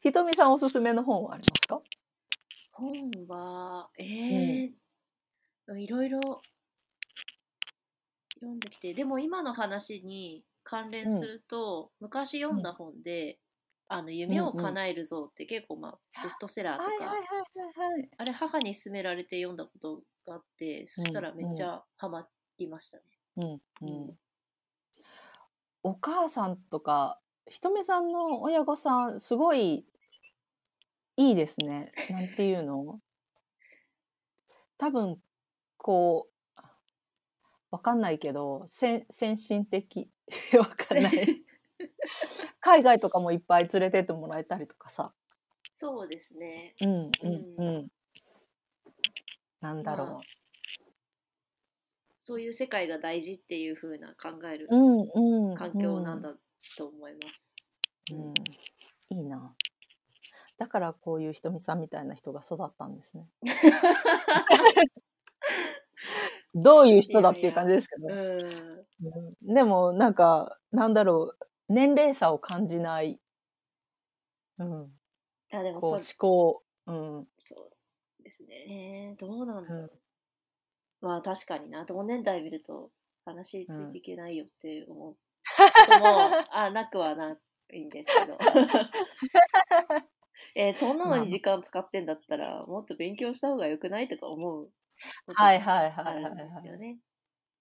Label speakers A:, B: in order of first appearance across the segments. A: ひとみさんおすすめの本はありますか
B: 本は、えーいろいろ読んできて、でも今の話に関連すると、昔読んだ本で、あの夢を叶えるぞって結構まあベストセラーとか、
A: はいはい。
B: あれ母に勧められて読んだことがあって、そしたらめっちゃハマりましたね。
A: うんう
B: うん
A: ん、お母さんとかひとみさんの親御さんすごいいいですね。なんていうの多分こうわかんないけど先先進的 わかんない海外とかもいっぱい連れてってもらえたりとかさ。
B: そうですね。
A: うんうんうん。なんだ
B: ま
A: ろ
B: そういう世界が大事っていう風な考える
A: う。うんうん。
B: 環境なん
A: だ
B: だと思います。
A: うん、いいな。だからこういうひとみさんみたいな人が育ったん ですね。どういう人だっていう感じですけど。
B: うん
A: うんでもなんか、なんだろう、年齢差を感じない、うん、
B: あでも
A: こう
B: そ
A: 思
B: う
A: 考、うん、
B: そうですね。えーどうなんだろう。まあ確かにな同年代見ると話についていけないよって 思うことも、あなくはないんですけど。 えーそんなのに時間使ってんだったらもっと勉強した方がよくないとか思うこと
A: はい
B: が
A: はいは
B: あ
A: いは
B: る
A: い
B: ん
A: は
B: ですよ
A: い。
B: ね。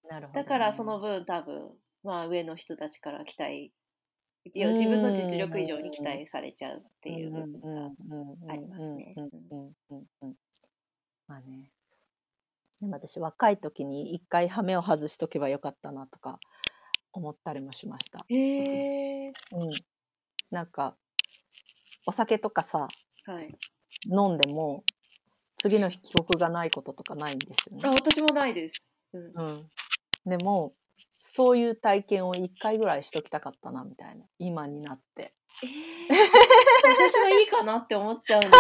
A: なるほどね
B: だからその、分多分まあ上の人たちから期待いや自分の実力以上に期待されちゃうっていう部分がありますね。
A: うんうんうんうんまあね。でも私若い時に一回羽目を外しとけばよかったなとか思ったりもしました。
B: へえ
A: うん、なんかお酒とかさ
B: はい。
A: 飲んでも次の日記憶がないこととかないんですよ
B: あ
A: ね。
B: 私もないです。うん、
A: うん、でもそういう体験を一回ぐらいしときたかったなみたいな今になって。
B: えー私はいいかなって思っちゃうんですよ。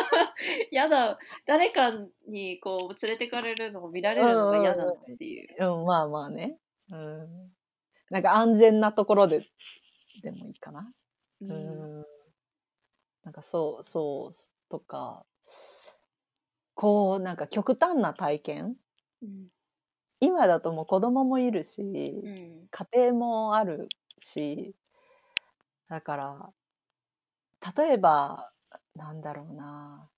B: やだ誰かにこう連れてかれるのを見られるのが嫌だなっていう。
A: うん、まあまあね。うん。なんか安全なところで、でもいいかな。
B: うん
A: うん。なんかそう、そう、とか、こう、なんか極端な体験
B: うん
A: 今だともう子供もいるし、
B: うん
A: 家庭もあるし、だから、例えば、なんだろうな、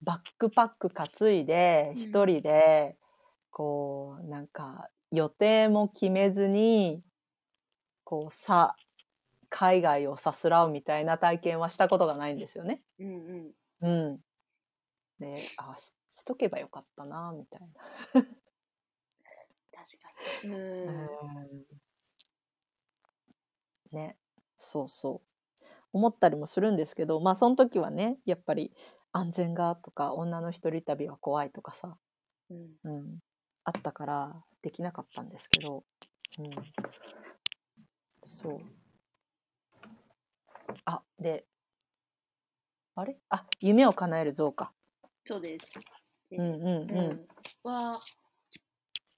A: バックパック担いで、
B: うん
A: 一人で、こう、なんか、予定も決めずに、こう、さ、海外をさすらうみたいな体験はしたことがないんですよね。
B: うんうん
A: うん。で、あ、ししとけばよかったな、みたいな。
B: 確かに。うん
A: うんねそうそう思ったりもするんですけどまあその時はねやっぱり安全がとか女の一人旅は怖いとかさ、
B: うん
A: うん、あったからできなかったんですけど、うん、そうあであれあ夢を叶える像か
B: そうです。
A: うんうんうん、
B: うん、は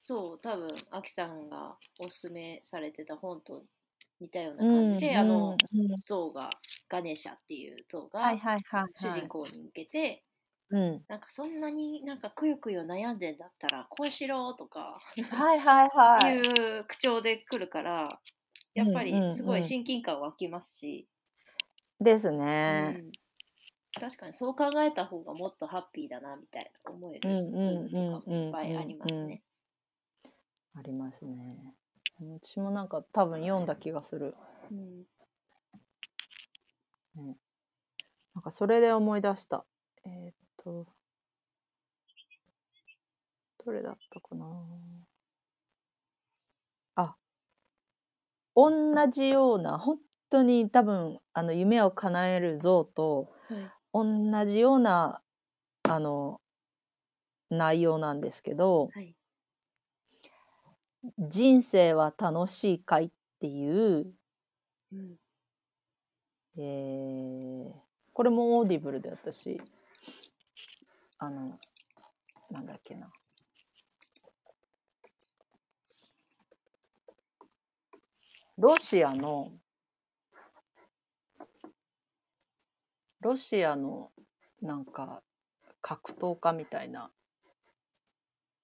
B: そう多分アキさんがおすすめされてた本と似たような感じで、あの
A: うんうん
B: 像がガネーシャっていう像が
A: はいはいはい、はい、
B: 主人公に向けて、
A: うん
B: なんかそんなになんかくよくよ悩んでんだったらこうしろとか
A: はいはいはい
B: いう口調で来るから、やっぱり
A: うんうんうん
B: すごい親近感湧きますし、
A: です
B: う
A: ね、
B: ん確かにそう考えた方がもっとハッピーだなみたいな思える
A: うんうん
B: 部分とかもいっぱいあります
A: うんうんうんうん
B: ね。
A: ありますね。うん私もなんか多分読んだ気がする。
B: うん
A: なんかそれで思い出した。えーっと、どれだったかなあ、同じような、本当に多分、あの、夢を叶える像と、
B: はい
A: 同じような、あの、内容なんですけど、
B: はい
A: 人生は楽しいかいっていう、
B: うん
A: えーこれもオーディブルで私あのなんだっけなロシアのロシアのなんか格闘家みたいな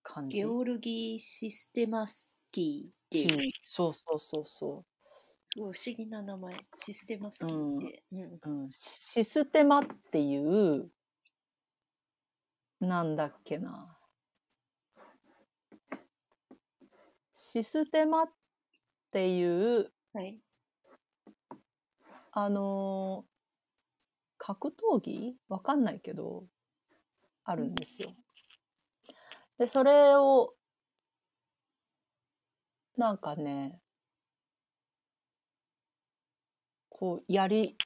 A: 感じ
B: ゲオルギー・システマスキーっていう、
A: キーそうそうそうそ
B: すごい不思議な名前、システマスキーって。うん
A: う、うん、システマっていうなんだっけなシステマっていう
B: はい。
A: あのー格闘技わかんないけどあるんですよ。でそれをなんかねこうやり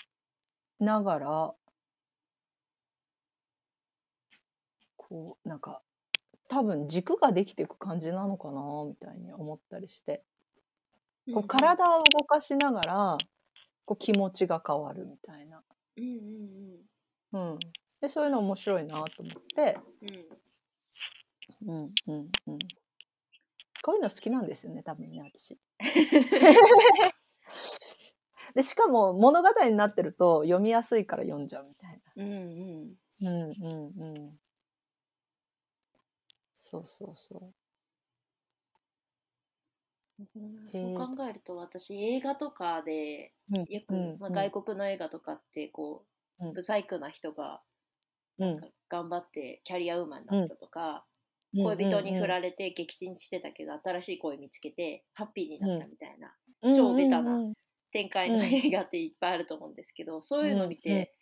A: ながらこうなんか多分軸ができていく感じなのかなみたいに思ったりしてこう体を動かしながらこう気持ちが変わるみたいな。
B: うんうんうん
A: うん、でそういうの面白いなと思って、
B: う
A: う
B: ん。
A: んうんうん、こういうの好きなんですよね多分ね私。 でしかも物語になってると読みやすいから読んじゃうみたい
B: うんうん。
A: な。うんうんうん、そうそうそう。
B: そう考えると私映画とかで
A: うん
B: よく、
A: うん
B: まあ、
A: うん
B: 外国の映画とかってこう、
A: うん
B: ブサイクな人が
A: うん
B: 頑張ってキャリアウーマンになったとか、恋人に振られて撃沈してたけど新しい恋見つけてハッピーになったみたいな
A: れ
B: 超ベタ
A: う
B: な
A: んうん
B: 展開の
A: うん
B: 映画っていっぱいあると思うんですけどそういうの見
A: うんうん
B: て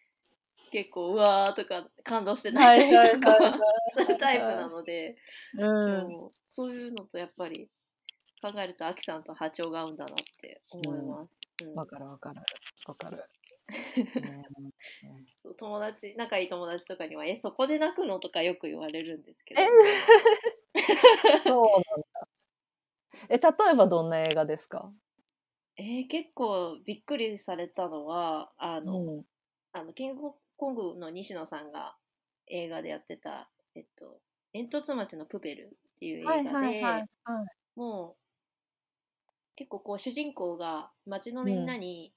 B: 結構うわーとか感動して
A: うん、は
B: 泣い
A: いは
B: た
A: い
B: りとか
A: は
B: するタイプなので
A: い、うん、
B: もうそういうのとやっぱり考えるとアキさんと波長が合うんだなって思います。うん
A: わかるわかるわ かる。ね
B: そう友達仲いい友達とかには「えそこで泣くの?」とかよく言われるんですけど
A: え そうなんだ。え、例えばどんな映画ですか。
B: えー結構びっくりされたのはあの、
A: うん。
B: あのキングコングの西野さんが映画でやってた「えっと、煙突町のプペル」っていう映
A: は
B: 画
A: い
B: で、
A: はいはい。
B: もう結構こう主人公が町のみんなに、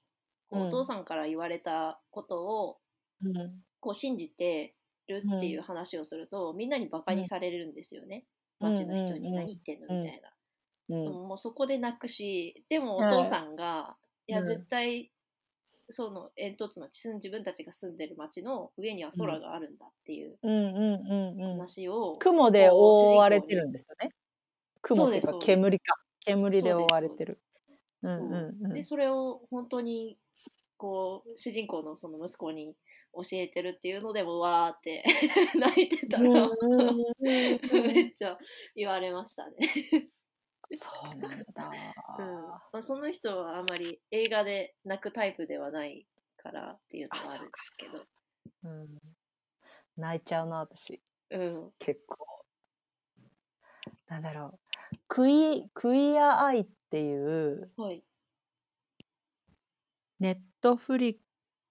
B: こう
A: うん
B: お父さんから言われたことを
A: うん。
B: こう信じてるっていう話をすると、みんなにバカにされるんですよね、
A: うん
B: 町の人
A: うんうんう
B: に
A: ん
B: 何言ってんのみたいな。
A: うん。
B: もうそこで泣くしでもお
A: はい
B: 父さんが、い、や
A: うん
B: 絶対その煙突町住ん自分たちが住んでる町の上には空があるんだっていう
A: うんうんうんうん。
B: 話を、
A: 雲で覆われてるんですよね。雲っていうか
B: そうです
A: 煙か。煙で覆われてる。うん
B: です
A: うんうん。
B: でそれを本当にこう主人公のその息子に教えてるっていうのでもうわーって 泣いてたら、
A: うんうんうんう
B: め
A: ん
B: っちゃ言われましたね、
A: そうなんだ。
B: うんまあ、その人はあまり映画で泣くタイプではないからっていうのはあるんですけど
A: うん泣いちゃうな私。
B: うん
A: 結構なんだろうクイクイアアイっていう
B: はい
A: ネットフリッ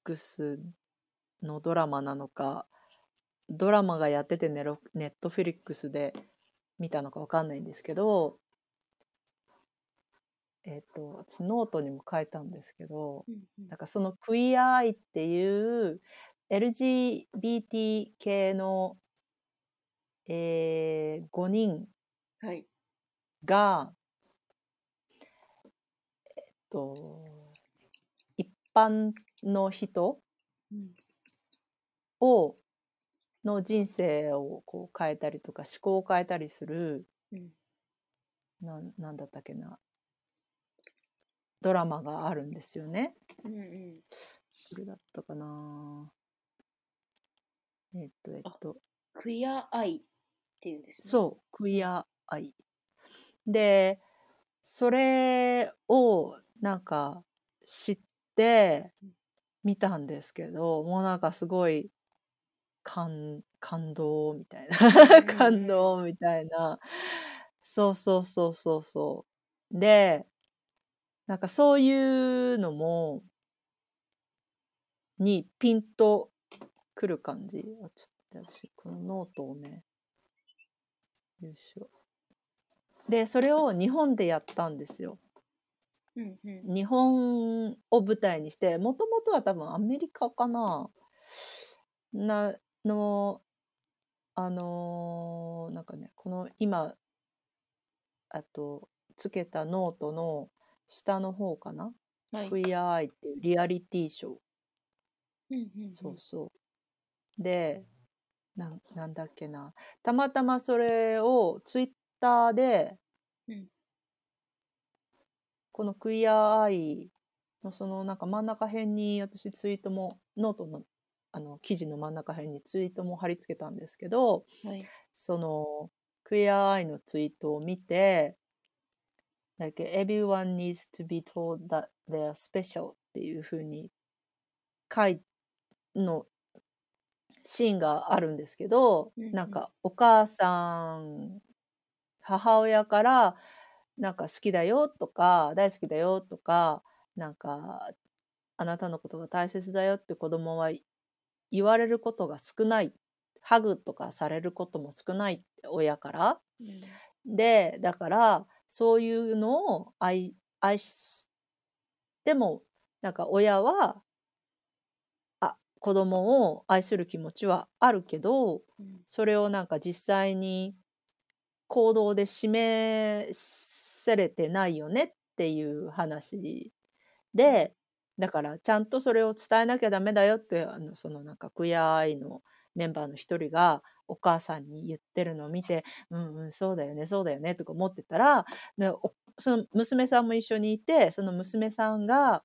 A: クスのドラマなのかドラマがやっててネロネットフリックスで見たのかわかんないんですけどえっ、と私ノートにも書いたんですけど
B: うんうん
A: なんかそのクイアアイっていう LGBT 系の、えー、5人
B: はい
A: が、えっと、一般の人
B: うん
A: をの人生をこう変えたりとか思考を変えたりする
B: うん
A: なんなんだったっけなドラマがあるんですよね。
B: うんうん
A: どれだったかなえっとえっと
B: クイアアイっていうんですね。う。
A: そう、クイアアイ。で、それをなんか知って見たんですけど、もうなんかすごい感感動みたいな感動みたいな。そうそうそうそうそう。で、なんかそういうのもにピンとくる感じ。あちょっと私このノートをね。よいしょでそれを日本でやったんですよ
B: うんうん。
A: 日本を舞台にしてもともとは多分アメリカかななのあのーなんかねこの今あとつけたノートの下の方かな
B: は
A: 「
B: い
A: クイアアイ」っていうリアリティショー
B: うんうんうん
A: そうそう。で、なんなんだっけな。たまたまそれをツイッターで、
B: うん
A: このクイアアイのそのなんか真ん中辺に私ツイートも、ノートのあの記事の真ん中辺にツイートも貼り付けたんですけど、
B: はい
A: そのクイアアイのツイートを見て、なんか everyone needs to be told that they're special っていう風に書いのシーンがあるんですけど、
B: うんうん
A: なんかお母さん母親からなんか好きだよとか大好きだよとかなんかあなたのことが大切だよって子供は言われることが少ないハグとかされることも少ないって親から
B: うん
A: でだからそういうのを愛愛しでもなんか親はあ子供を愛する気持ちはあるけど
B: うん
A: それをなんか実際に行動で示せれてないよねっていう話でだからちゃんとそれを伝えなきゃダメだよってあのそのなんかクイアアイのメンバーの一人がお母さんに言ってるのを見て「うんうんそうだよねそうだよね」とか思ってたらでおその娘さんも一緒にいてその娘さんが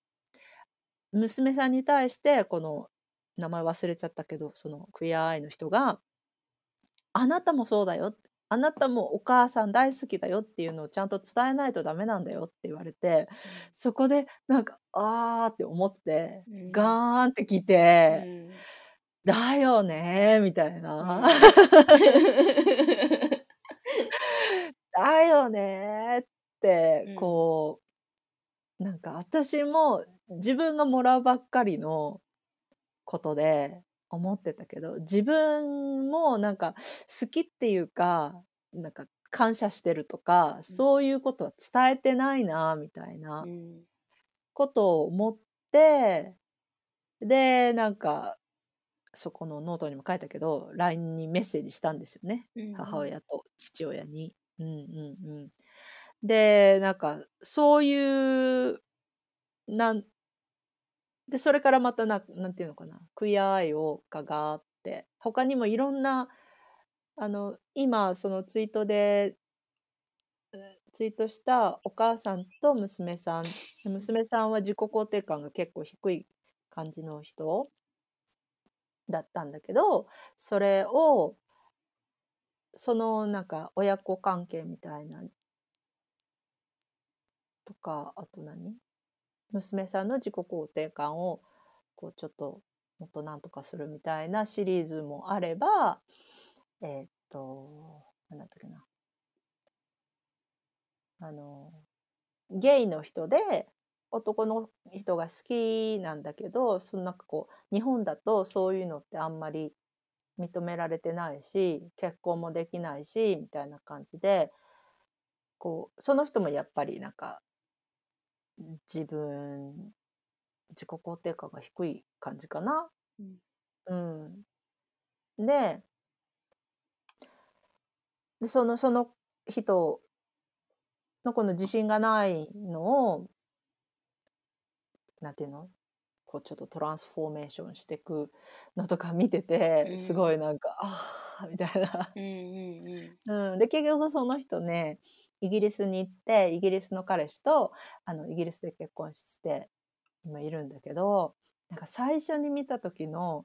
A: 娘さんに対してこの名前忘れちゃったけどそのクイアアイの人が「あなたもそうだよ」あなたもお母さん大好きだよっていうのをちゃんと伝えないとダメなんだよって言われてそこでなんかあーって思って
B: うん
A: ガーンってき
B: う
A: て、
B: ん
A: だよねーみたいな、だよねーって
B: うん
A: こう、なんか私も自分がもらうばっかりのことで思ってたけど自分もなんか好きっていうかなんか感謝してるとかそういうことは伝えてないなみたいな。
B: うん
A: ことを思ってでなんかそこのノートにも書いたけど LINE にメッセージしたんですよね
B: うん
A: 母親と父親に。うんうんうん、でなんかそういうなんでそれからまたななんていうのかなクイアアイをががーって他にもいろんなあの今そのツイートでえーツイートしたお母さんと娘さん娘さんは自己肯定感が結構低い感じの人だったんだけどそれをそのなんか親子関係みたいなとかあと何娘さんの自己肯定感をこうちょっともっとなんとかするみたいなシリーズもあればえーっと何だったっけなあのゲイの人で男の人が好きなんだけどそのなんかこう日本だとそういうのってあんまり認められてないし結婚もできないしみたいな感じでこうその人もやっぱりなんか自分自己肯定感が低い感じかな。うんででそのその人のこの自信がないのをなんていうのこうちょっとトランスフォーメーションしていくのとか見て
B: う
A: て
B: ん
A: すごいなんか、ああみたいな。
B: うんうんうん
A: うん、で結局その人ねイギリスに行ってイギリスの彼氏とあのイギリスで結婚して今いるんだけどなんか最初に見た時の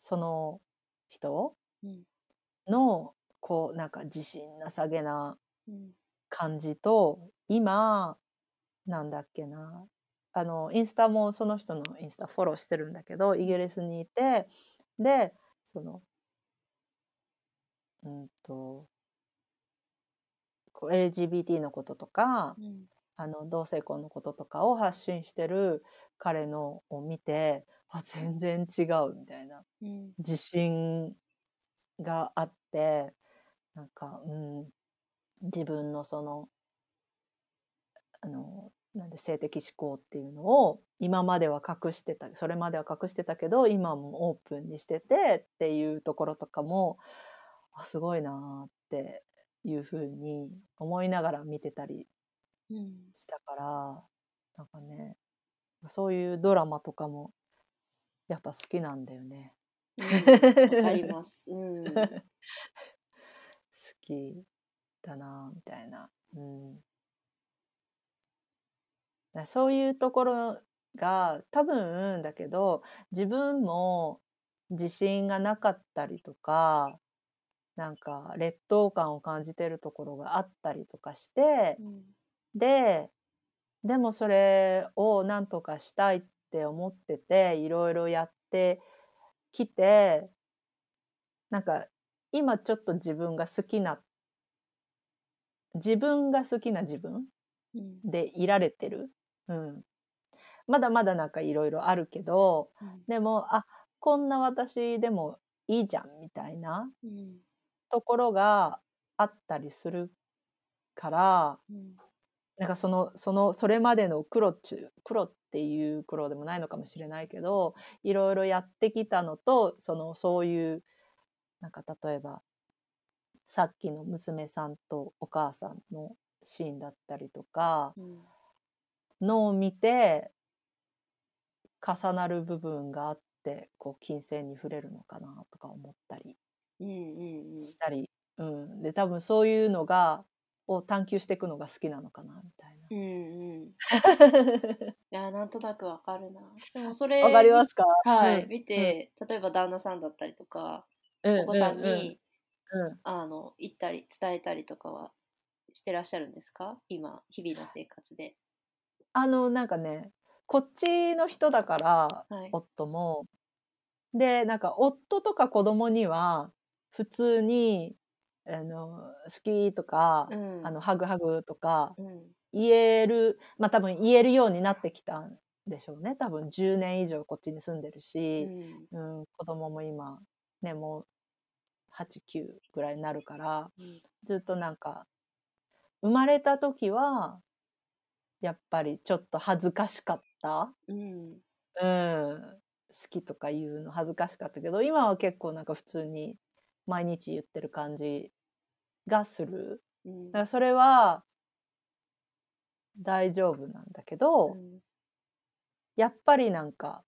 A: その人
B: うん
A: のこうなんか自信なさげな
B: うん
A: 感じと今なんだっけなあのインスタもその人のインスタフォローしてるんだけどイギリスにいてでそのうんとこう LGBT のこととか
B: うん
A: あの同性婚のこととかを発信してる彼のを見てあ全然違うみたいな
B: うん
A: 自信があってなんか、うん、自分のそのあのなんで性的指向っていうのを今までは隠してたそれまでは隠してたけど今もオープンにしててっていうところとかもあすごいなーっていうふうに思いながら見てたり
B: うん、
A: したからなんかねそういうドラマとかもやっぱ好きなんだよね。
B: うんわかります。うん、
A: 好きだなみたいな、うん、だからそういうところが多分だけど自分も自信がなかったりとかなんか劣等感を感じてるところがあったりとかして
B: うん
A: ででもそれをなんとかしたいって思ってていろいろやってきてなんか今ちょっと自分が好きな自分が好きな自分
B: うん
A: でいられてる、うん、まだまだなんかいろいろあるけどでもあこんな私でもいいじゃんみたいな
B: うん
A: ところがあったりするから
B: うん
A: なんかそのそのそれまでの黒っちゅ黒っていう黒でもないのかもしれないけどいろいろやってきたのとそのそういうなんか例えばさっきの娘さんとお母さんのシーンだったりとか
B: うん
A: のを見て重なる部分があってこう金銭に触れるのかなとか思ったり
B: うんうんうん
A: したり、うん、で多分そういうのがを探求していくのが好きなのかなみたいな。
B: うんうんいやなんとなくわかるな。でもそれ
A: わかりますか、
B: はい、
A: うん
B: 見て、例えば旦那さんだったりとか、
A: うん
B: お子さんに、
A: うううん
B: あの言ったり伝えたりとかはしてらっしゃるんですか？今日々の生活で。
A: あのなんかねこっちの人だから
B: はい。
A: 夫もでなんか夫とか子供には普通に「あの好き」とか「
B: うん。
A: あのハグハグ」とか
B: うん。
A: 言えるまあ多分言えるようになってきたんでしょうね多分10年以上こっちに住んでる
B: う
A: し、
B: ん。
A: うん、子供も今ねもう89ぐらいになるから
B: うん
A: ずっとなんか生まれた時はやっぱりちょっと恥ずかしかった、
B: うん。
A: うん、好きとか言うの恥ずかしかったけど今は結構なんか普通に毎日言ってる感じがする
B: うん
A: だからそれは大丈夫なんだけど、
B: うん
A: やっぱりなんか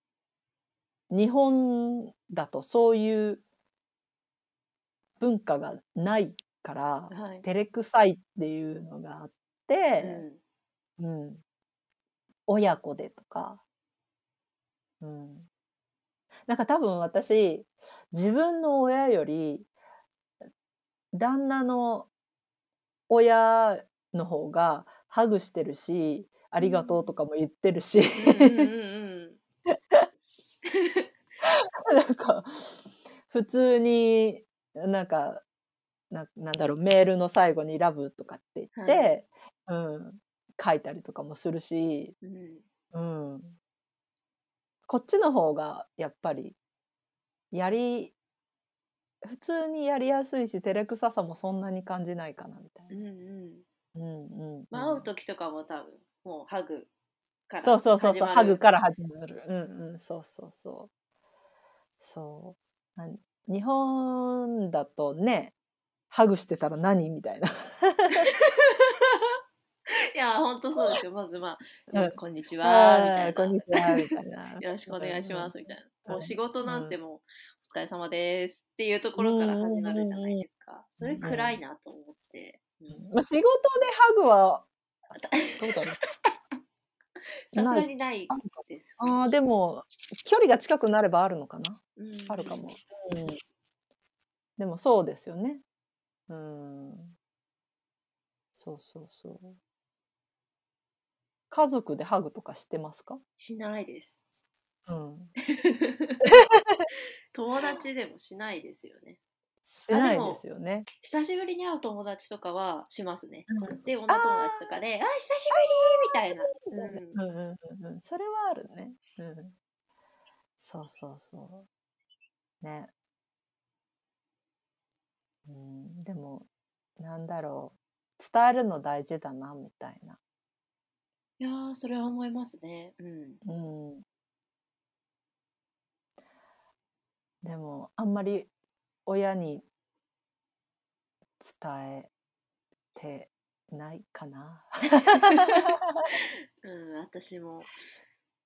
A: 日本だとそういう文化がないから
B: はい。
A: 照れくさいっていうのがあって、うん親子でとか、うん、なんか多分私自分の親より旦那の親の方がハグしてるしありがとうとかも言ってるし、
B: うん。うんうん
A: なんか普通になんかななんだろうメールの最後に「ラブ」とかって言って、うん、書いたりとかもするし、
B: うんうん。
A: うん、こっちの方がやっぱりやり普通にやりやすいし照れくささもそんなに感じないかなみたい
B: うんうん。
A: な。うんうんうん
B: まあ会う時とかも多分もうハグから
A: そうそうそう
B: 始
A: そう
B: まる
A: ハグから始まるうんうんそうそうそうそうなん日本だとねハグしてたら何みたいな
B: いや本当そうですよまずまあ、
A: うん
B: こんにちはみた
A: あ
B: い
A: ーこ
B: なん
A: にちはみたいな
B: よろしくお願いしますみたい
A: うん
B: な。もう仕事なんてもうお疲れ様ですっていうところから始まるじゃないですか。それ暗いなと思って。うん
A: まあ、仕事でハグ はどうだろう
B: さすがにない
A: ない
B: です。
A: ああでも距離が近くなればあるのかな
B: うん
A: あるかも、うん、でもそうですよねうんそうそうそう家族でハグとかしてますか
B: しないです。
A: うん。
B: 友達でもしないですよね。
A: してないですよね。
B: 久しぶりに会う友達とかはしますね。
A: うん
B: で、女友達とかで、あー、久しぶりみたいな。うん
A: うんうんうん。それはあるね。うん。そうそうそう。ね。うん。でも、なんだろう。伝えるの大事だな、みたいな。
B: いやーそれは思いますね。うん。
A: うん。でもあんまり親に伝えてないかな。
B: うん、私も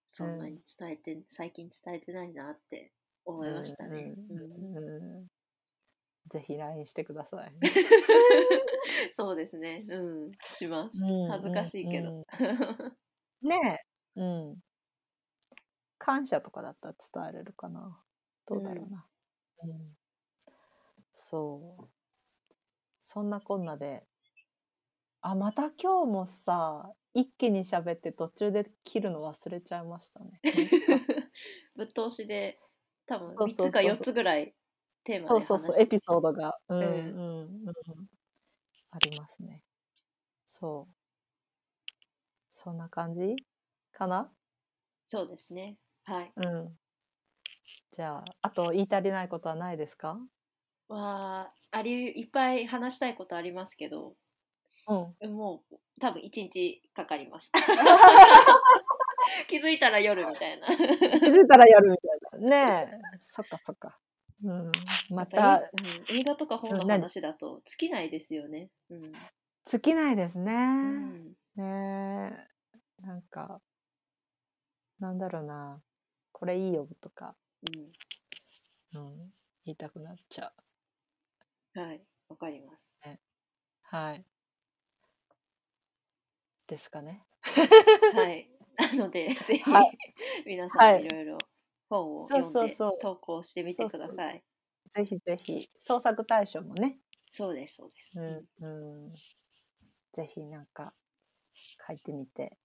B: そんなに伝えて、最近伝えてないなって思いましたね。
A: うん
B: うん
A: うんぜひ LINE してください。
B: そうですね。うん、します
A: うん。
B: 恥ずかしいけ
A: う
B: ど
A: ん。 ねえ。うん。感謝とかだったら伝えれるかな。どうだろうな。うん。そう。そんなこんなで。あ、また今日もさ、一気に喋って途中で切るの忘れちゃいましたね。
B: ぶっ通しで多分
A: そうそ
B: 3
A: うそう
B: つか4つぐらいテーマで
A: そうそう
B: 話して
A: そう、エピソードが。うん、う、
B: うんん
A: うんうん。ありますね。そう。そんな感じかな
B: そうですね。はい。
A: うん。じゃあ、あと言い足りないことはないですか
B: わーありいっぱい話したいことありますけど、
A: うん。
B: もう多分1日かかります。 気づいたら夜みたいな。
A: 気づいたらやるみたいな。 ねえ。そっかそっか。うん。ま、
B: やったぱりうん映画とか本の
A: うん何
B: 話だと尽きないですよね。うん。
A: 尽きないですね。
B: うん
A: ねえ。なんか、なんだろうな。これいいよとか、うん。言いたくなっちゃう。
B: うんはい、わかります。
A: はい。ですかね。
B: はい。 なので、ぜひ、
A: は
B: 皆さ
A: は
B: ん
A: い
B: いろいろ本を
A: そう
B: 読んで、
A: そうそう
B: 投稿してみてください。
A: そうぜひぜひ、創作大賞もね、
B: そうです、そうです。
A: うん、うん、ぜひなんか書いてみて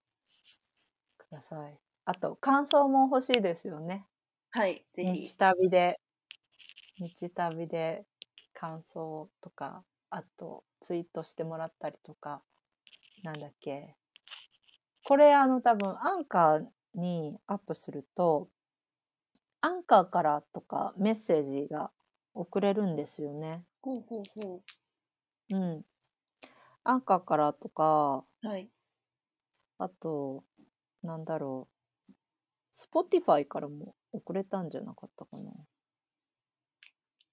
A: ください。あと、感想も欲しいですよね。
B: はい、ぜひ
A: 日。旅で、日旅で感想とか、あと、ツイートしてもらったりとか、なんだっけ。これ、あの、多分、アンカーにアップすると、アンカーからとかメッセージが送れるんですよね。
B: ほうほうほ
A: うん。アンカーからとか、
B: う。はい。
A: あと、なんだろう。Spotify からも送れたんじゃなかったかな。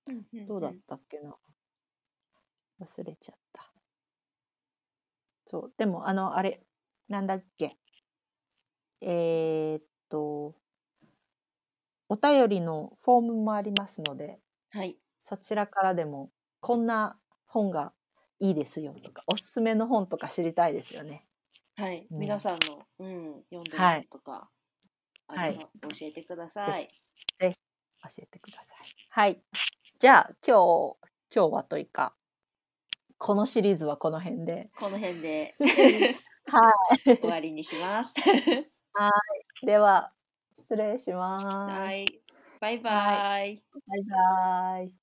B: うんんん
A: どうだったっけな。忘れちゃった。そう。でも、あの、あれ、なんだっけ。えーっと、お便りのフォームもありますので、
B: はい。
A: そちらからでも、こんな本がいいですよとか、おすすめの本とか知りたいですよね。
B: はい。
A: うん
B: 皆さんの、うん、読んでる
A: はい
B: 本とか、
A: は
B: あ
A: い
B: れば教えてください。
A: 教えてください。はい。じゃあ、今日、今日はというか、このシリーズはこの辺で。
B: この 辺で
A: は
B: 終わりにします。
A: い。で は、失礼します。
B: はい。バイバイ。
A: バイバイ。